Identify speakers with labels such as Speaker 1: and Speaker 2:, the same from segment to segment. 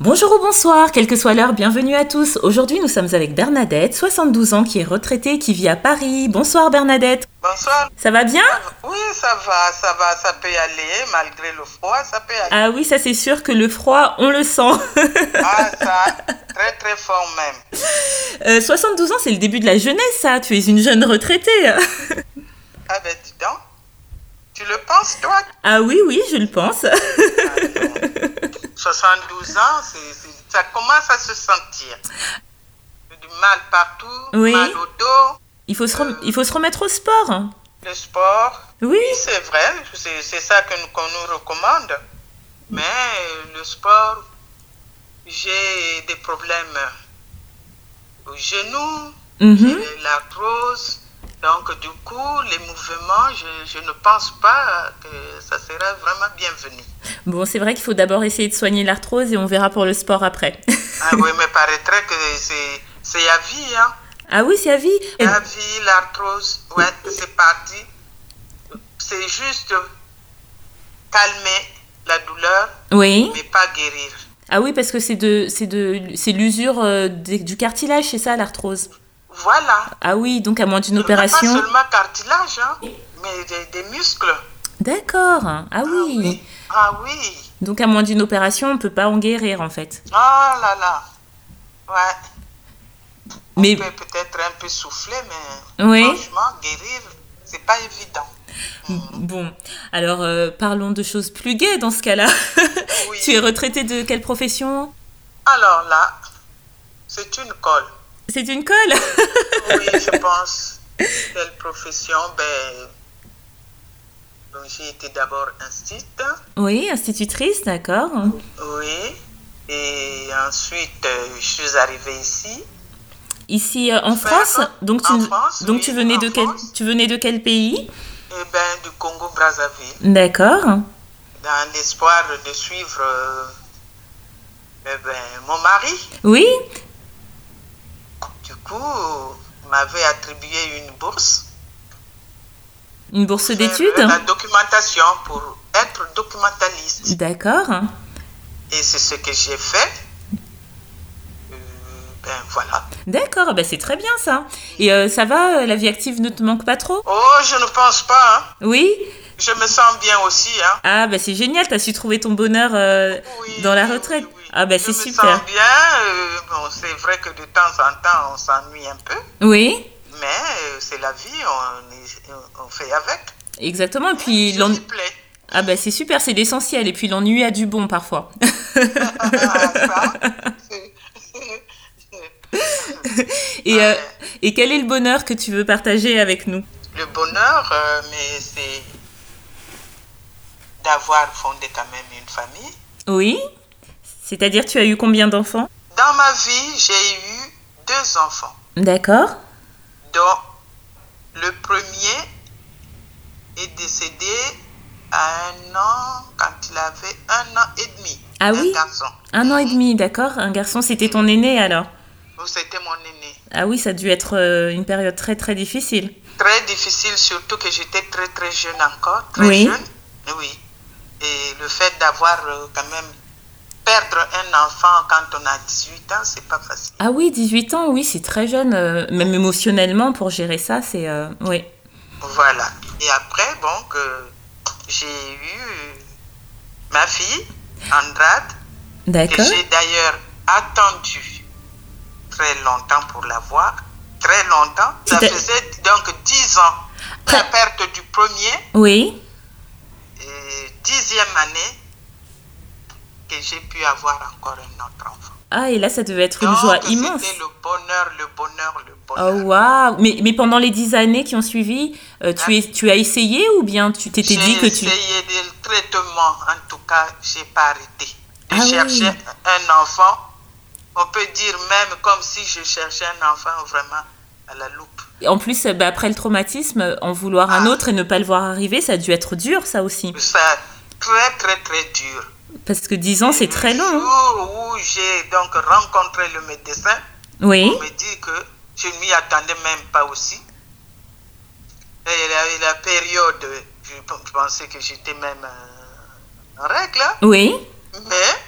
Speaker 1: Bonjour ou bonsoir, quelle que soit l'heure, bienvenue à tous. Aujourd'hui, nous sommes avec Bernadette, 72 ans, qui est retraitée, qui vit à Paris. Bonsoir Bernadette.
Speaker 2: Bonsoir.
Speaker 1: Ça va bien
Speaker 2: Oui, ça va, ça va, ça peut y aller, malgré le froid, ça peut y aller.
Speaker 1: Ah oui, ça c'est sûr que le froid, on le sent.
Speaker 2: Ah, ça, très très fort même.
Speaker 1: Euh, 72 ans, c'est le début de la jeunesse, ça. Tu es une jeune retraitée.
Speaker 2: Ah ben, dis donc, tu le penses, toi
Speaker 1: Ah oui, oui, je le pense.
Speaker 2: Ah, non. 72 ans, c'est- c'est- ça commence à se sentir. J'ai Du mal partout,
Speaker 1: Oui.
Speaker 2: mal au dos,
Speaker 1: Il faut se, rem- il faut se remettre au sport.
Speaker 2: le sport.
Speaker 1: Oui.
Speaker 2: Oui, c'est vrai, c'est c'est ça que nous- qu'on nous recommande. Mais euh, le sport, j'ai des problèmes au genou, j'ai
Speaker 1: Mhm.
Speaker 2: de l'arthrose. Donc, du coup, les mouvements, je, je ne pense pas que ça sera vraiment bienvenu.
Speaker 1: Bon, c'est vrai qu'il faut d'abord essayer de soigner l'arthrose et on verra pour le sport après.
Speaker 2: Ah oui, mais paraîtrait que c'est c'est à vie, hein.
Speaker 1: Ah oui, c'est à vie. Et-
Speaker 2: La vie, l'arthrose, ouais, c'est parti. C'est juste calmer la douleur,
Speaker 1: Oui.
Speaker 2: mais pas guérir.
Speaker 1: Ah oui, parce que c'est de, c'est de, c'est l'usure euh, des- du cartilage, c'est ça l'arthrose.
Speaker 2: Voilà.
Speaker 1: Ah oui, donc à moins d'une
Speaker 2: Pas
Speaker 1: opération.
Speaker 2: seulement cartilage, hein, mais des, des muscles.
Speaker 1: D'accord. Ah oui.
Speaker 2: Ah oui.
Speaker 1: Donc à moins d'une opération, on peut pas en guérir en fait.
Speaker 2: Ah là là. Ouais.
Speaker 1: Mais
Speaker 2: On peut peut-être un peu souffler, mais
Speaker 1: Oui.
Speaker 2: franchement, guérir, c'est pas évident.
Speaker 1: bon, alors euh, parlons de choses plus gaies dans ce cas-là.
Speaker 2: Oui.
Speaker 1: tu es retraité de quelle profession
Speaker 2: Alors là, c'est une colle.
Speaker 1: C'est une colle.
Speaker 2: Oui, je pense. Quelle profession Ben, donc j'ai été d'abord instite.
Speaker 1: Oui, institutrice, d'accord.
Speaker 2: Oui. Et ensuite, euh, je suis arrivée ici.
Speaker 1: Ici euh, en
Speaker 2: Ben,
Speaker 1: France.
Speaker 2: en-
Speaker 1: Donc tu,
Speaker 2: en France,
Speaker 1: donc
Speaker 2: oui,
Speaker 1: tu venais
Speaker 2: en
Speaker 1: de quel,
Speaker 2: France.
Speaker 1: tu venais de quel pays
Speaker 2: Eh bien, du Congo-Brazzaville.
Speaker 1: D'accord.
Speaker 2: dans l'espoir de suivre euh, eh ben, mon mari.
Speaker 1: Oui.
Speaker 2: Du coup, euh, m'avait attribué une bourse.
Speaker 1: Une bourse
Speaker 2: Euh,
Speaker 1: d'études.
Speaker 2: Faire La documentation pour être documentaliste.
Speaker 1: D'accord.
Speaker 2: Et c'est ce que j'ai fait. Euh, ben voilà.
Speaker 1: D'accord, bah c'est très bien ça. Et euh, ça va, euh, la vie active ne te manque pas trop
Speaker 2: Oh, je ne pense pas. hein.
Speaker 1: Oui
Speaker 2: Je me sens bien aussi. Hein.
Speaker 1: Ah bah c'est génial, t'as su trouver ton bonheur euh,
Speaker 2: Oui,
Speaker 1: dans la
Speaker 2: oui,
Speaker 1: retraite.
Speaker 2: oui, oui.
Speaker 1: Ah bah
Speaker 2: Je
Speaker 1: c'est
Speaker 2: me
Speaker 1: super.
Speaker 2: sens bien. euh, bon, c'est vrai que de temps en temps, on s'ennuie un peu.
Speaker 1: Oui,
Speaker 2: Mais euh, c'est la vie, on, est- on fait avec.
Speaker 1: exactement. Et puis
Speaker 2: Je
Speaker 1: l'en-
Speaker 2: m'y plais.
Speaker 1: ah bah c'est super, c'est l'essentiel. Et puis l'ennui a du bon parfois.
Speaker 2: Ah, ça, c'est-
Speaker 1: Et, euh,
Speaker 2: Ah Ouais.
Speaker 1: et quel est le bonheur que tu veux partager avec nous
Speaker 2: Le bonheur, euh, mais c'est d'avoir fondé quand même une famille.
Speaker 1: Oui C'est-à-dire tu as eu combien d'enfants
Speaker 2: Dans ma vie, j'ai eu deux enfants,
Speaker 1: D'accord.
Speaker 2: dont le premier est décédé à un an quand il avait un an et demi.
Speaker 1: Ah
Speaker 2: un
Speaker 1: oui
Speaker 2: garçon.
Speaker 1: Un an et demi, d'accord. Un garçon, c'était ton aîné alors
Speaker 2: Donc, C'était mon aîné.
Speaker 1: Ah oui, ça a dû être euh, une période très très difficile.
Speaker 2: Très difficile, surtout que j'étais très très jeune encore, très
Speaker 1: Oui.
Speaker 2: jeune. Oui. Et le fait d'avoir euh, quand même perdre un enfant quand on a 18 ans, c'est pas facile.
Speaker 1: Ah oui, 18 ans, oui, c'est très jeune, euh, même émotionnellement pour gérer ça, c'est euh, oui.
Speaker 2: Voilà. Et après, bon, que j'ai eu euh, ma fille, Andrade, que
Speaker 1: D'accord.
Speaker 2: j'ai d'ailleurs attendu très longtemps pour la voir. Très longtemps. Ça
Speaker 1: C'était-
Speaker 2: faisait donc 10 ans. La
Speaker 1: Très-
Speaker 2: perte du premier.
Speaker 1: Oui.
Speaker 2: Et dixième année que j'ai pu avoir encore un autre enfant.
Speaker 1: Ah et là, ça devait être une
Speaker 2: Donc,
Speaker 1: joie
Speaker 2: c'était
Speaker 1: immense.
Speaker 2: le bonheur, le bonheur, le
Speaker 1: Oh
Speaker 2: bonheur.
Speaker 1: waouh mais, mais pendant les 10 années qui ont suivi, euh, tu,
Speaker 2: Ah.
Speaker 1: es, tu as essayé ou bien tu t'étais
Speaker 2: j'ai
Speaker 1: dit que tu
Speaker 2: essayé des traitements, en tout cas, j'ai pas arrêté de
Speaker 1: Ah oui.
Speaker 2: chercher un enfant. On peut dire même comme si je cherchais un enfant vraiment à la loupe.
Speaker 1: en plus euh, bah, après le traumatisme, euh, en vouloir un
Speaker 2: Ah.
Speaker 1: Mm. autre et ne pas le voir arriver, ça a dû être dur ça aussi.
Speaker 2: C'est très très très dur.
Speaker 1: Parce que 10 ans, c'est très
Speaker 2: Le
Speaker 1: long. hein.
Speaker 2: jour où j'ai donc rencontré le médecin,
Speaker 1: Oui.
Speaker 2: on me dit que je ne m'y attendais même pas aussi. Et la, et la période, je p- pensais que j'étais même euh, en règle. hein.
Speaker 1: Oui.
Speaker 2: Mais,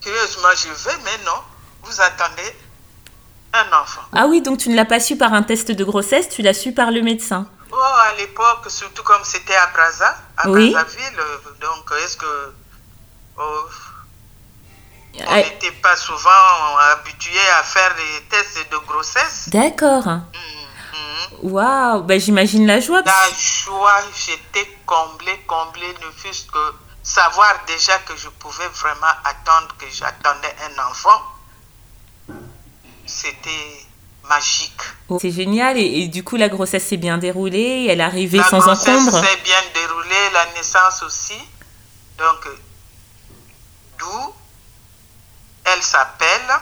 Speaker 2: curieusement, je vais, mais non, vous attendez un enfant.
Speaker 1: Ah oui, donc tu ne l'as pas su par un test de grossesse, tu l'as su par le médecin.
Speaker 2: Oh, à l'époque, surtout comme c'était à Brazza, à
Speaker 1: Oui.
Speaker 2: Brazzaville, euh, donc est-ce que oh, on
Speaker 1: Ah,
Speaker 2: n'était pas souvent habitué à faire des tests de grossesse
Speaker 1: D'accord.
Speaker 2: Mhm, mhm.
Speaker 1: Waouh, bah, j'imagine la joie.
Speaker 2: La joie, j'étais comblée, comblée, ne fût-ce que savoir déjà que je pouvais vraiment attendre, que j'attendais un enfant. C'était magique.
Speaker 1: Oh, C'est génial. Et, et du coup, la grossesse s'est bien déroulée. Elle est arrivée
Speaker 2: La
Speaker 1: sans
Speaker 2: grossesse
Speaker 1: encombre.
Speaker 2: s'est bien déroulée, la naissance aussi. Donc, euh, d'où elle s'appelle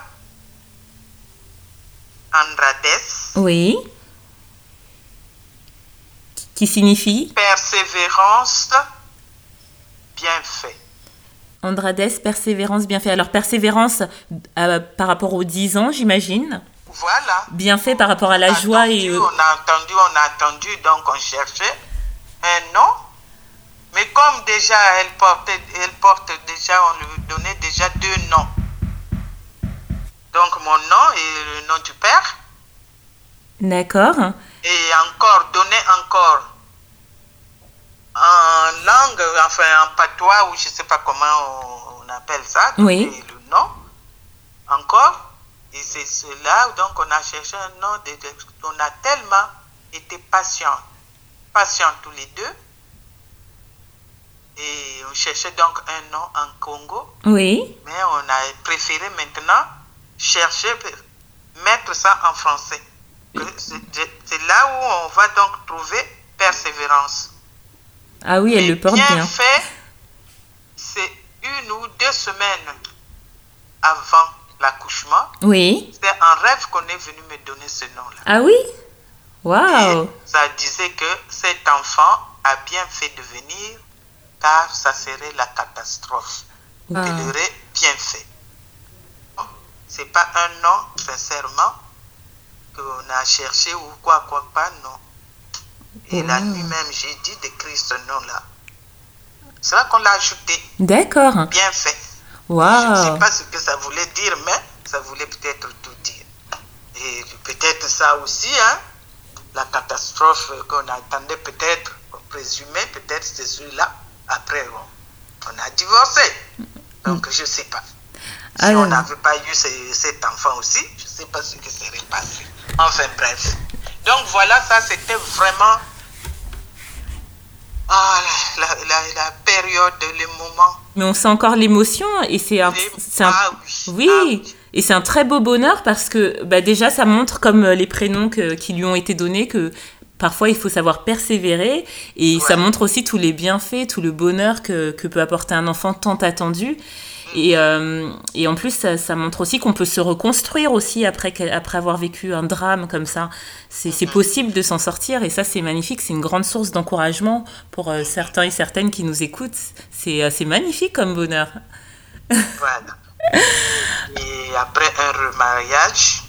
Speaker 2: Andrades,
Speaker 1: Oui. Qui signifie
Speaker 2: persévérance, bien fait.
Speaker 1: Andrades, persévérance, bien fait. Alors, persévérance euh, par rapport aux 10 ans, j'imagine.
Speaker 2: Voilà.
Speaker 1: Bien fait par rapport à la
Speaker 2: Attendu,
Speaker 1: joie et. euh,
Speaker 2: On a entendu, on a entendu, donc on cherchait un nom. Mais comme déjà elle portait, elle porte déjà, on lui donnait déjà deux noms. Donc mon nom et le nom du père.
Speaker 1: D'accord.
Speaker 2: Et encore, donner encore en langue, enfin en patois, ou je ne sais pas comment on, on appelle ça,
Speaker 1: Oui.
Speaker 2: donner le nom, encore. Et c'est cela, donc on a cherché un nom, de, de- on a tellement été patients, patients tous les deux. Et on cherchait donc un nom en Congo,
Speaker 1: Oui.
Speaker 2: mais on a préféré maintenant chercher, mettre ça en français. Que C'est c'est là où on va donc trouver persévérance.
Speaker 1: Ah oui, elle
Speaker 2: Et
Speaker 1: le porte bien.
Speaker 2: fait, c'est une ou deux semaines avant l'accouchement.
Speaker 1: Oui.
Speaker 2: C'est un rêve qu'on est venu me donner ce nom-là.
Speaker 1: Ah oui
Speaker 2: Et
Speaker 1: Waouh
Speaker 2: ça disait que cet enfant a bien fait de venir car ça serait la catastrophe.
Speaker 1: Ah.
Speaker 2: Il aurait bien fait. Bon, C'est pas un nom, sincèrement, qu'on a cherché ou quoi, quoi, pas, non. Et la
Speaker 1: Wow.
Speaker 2: nuit même, j'ai dit d'écrire ce nom-là. C'est là qu'on l'a ajouté,
Speaker 1: D'accord.
Speaker 2: bien fait. Je ne sais
Speaker 1: Waouh
Speaker 2: pas ce que ça voulait dire, mais ça voulait peut-être tout dire. Et peut-être ça aussi, hein, la catastrophe qu'on attendait peut-être, qu'on présumait, peut-être c'est celui-là. Après, on, on a divorcé. Donc, je ne sais pas. Si
Speaker 1: Ah.
Speaker 2: on n'avait pas eu ce- cet enfant aussi, je ne sais pas ce qui serait passé. Enfin, bref. Donc, voilà, ça, c'était vraiment ah, la, la- la- la période, le moment
Speaker 1: Mais on sent encore l'émotion et c'est un,
Speaker 2: Oui.
Speaker 1: c'est un-
Speaker 2: Ah oui.
Speaker 1: oui.
Speaker 2: Ah oui.
Speaker 1: Et c'est un très beau bonheur parce que bah déjà ça montre comme euh, les prénoms que- qui lui ont été donnés que parfois il faut savoir persévérer et ça montre aussi tous les bienfaits, tout le bonheur que, que peut apporter un enfant tant attendu. Et, euh, et en plus, ça, ça montre aussi qu'on peut se reconstruire aussi après, que- après avoir vécu un drame comme ça. C'est c'est possible de s'en sortir et ça, c'est magnifique. C'est une grande source d'encouragement pour euh, certains et certaines qui nous écoutent. C'est euh, c'est magnifique comme bonheur.
Speaker 2: Voilà. Et après un remariage,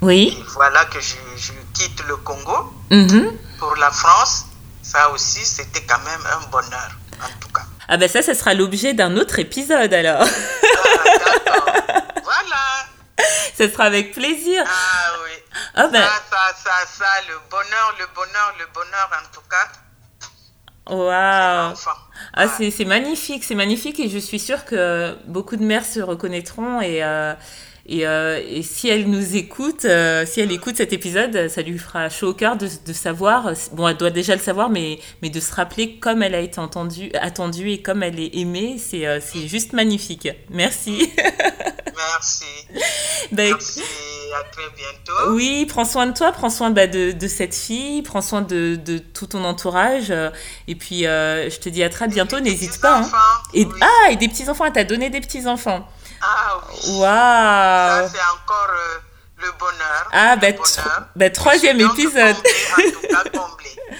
Speaker 1: Oui.
Speaker 2: et voilà que je, je quitte le Congo
Speaker 1: Mhm.
Speaker 2: pour la France. Ça aussi, c'était quand même un bonheur, en tout cas.
Speaker 1: Ah ben ça, ça sera l'objet d'un autre épisode alors.
Speaker 2: Ah, d'accord. voilà.
Speaker 1: ça sera avec plaisir.
Speaker 2: Ah oui.
Speaker 1: Ah ben,
Speaker 2: Ça, ça, ça, ça, le bonheur, le bonheur, le bonheur, en tout cas.
Speaker 1: waouh.
Speaker 2: Enfin.
Speaker 1: Ah, c'est c'est magnifique, c'est magnifique et je suis sûre que beaucoup de mères se reconnaîtront et, euh, et, euh, et si elle nous écoute, euh, si elle écoute cet épisode, ça lui fera chaud au cœur de, de savoir, euh, bon elle doit déjà le savoir, mais, mais de se rappeler comme elle a été entendue, attendue et comme elle est aimée, c'est euh, c'est juste magnifique. Merci.
Speaker 2: Merci.
Speaker 1: Bah, écoute-
Speaker 2: Merci. À très bientôt.
Speaker 1: Oui, prends soin de toi, prends soin bah, de, de cette fille, prends soin de, de tout ton entourage. euh, et puis, euh, je te dis à très bientôt, n'hésite pas. hein.
Speaker 2: Enfants,
Speaker 1: Et,
Speaker 2: oui.
Speaker 1: Ah, et des petits-enfants, elle t'a donné des petits-enfants.
Speaker 2: Ah oui. Ça,
Speaker 1: Waouh
Speaker 2: c'est encore euh, le bonheur.
Speaker 1: Ah,
Speaker 2: le
Speaker 1: bah,
Speaker 2: bonheur.
Speaker 1: tro- bah, troisième
Speaker 2: Donc,
Speaker 1: épisode.
Speaker 2: comblé, en tout cas, comblé. Et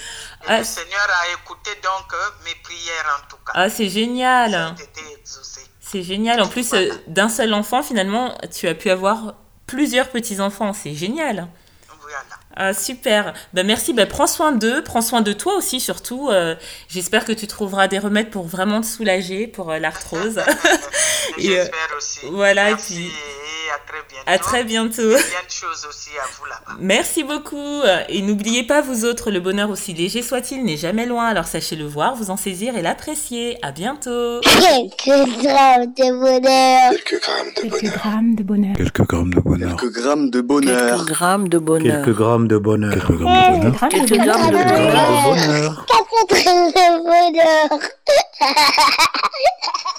Speaker 1: Ah.
Speaker 2: le Seigneur a écouté donc euh, mes prières, en tout cas.
Speaker 1: Ah, c'est génial.
Speaker 2: J'ai été exaucé.
Speaker 1: C'est génial. En plus, euh, d'un seul enfant, finalement, tu as pu avoir plusieurs petits-enfants. C'est génial.
Speaker 2: Voilà.
Speaker 1: Ah, super. Bah, merci. Bah, prends soin d'eux. Prends soin de toi aussi, surtout. Euh, J'espère que tu trouveras des remèdes pour vraiment te soulager pour euh, l'arthrose.
Speaker 2: Et
Speaker 1: Et, euh,
Speaker 2: J'espère aussi.
Speaker 1: voilà, et
Speaker 2: Merci
Speaker 1: puis-
Speaker 2: et à très bientôt.
Speaker 1: à très bientôt.
Speaker 2: Il y a une chose aussi à vous là-bas.
Speaker 1: Merci beaucoup. Et n'oubliez pas, vous autres, le bonheur aussi léger soit-il n'est jamais loin. Alors sachez le voir, vous en saisir et l'apprécier. À bientôt.
Speaker 3: quelques grammes de bonheur,
Speaker 4: Quelques grammes de
Speaker 5: Quelques
Speaker 4: bonheur.
Speaker 5: grammes de bonheur.
Speaker 6: Quelques grammes de bonheur.
Speaker 4: Quelques grammes de bonheur.
Speaker 7: Quelques grammes de bonheur.
Speaker 6: Quelques grammes de bonheur. Quelques
Speaker 5: Quelques grammes de bonheur.
Speaker 6: grammes
Speaker 7: Quelques grammes de bonheur.
Speaker 6: de bonheur.
Speaker 3: quatre grammes de bonheur.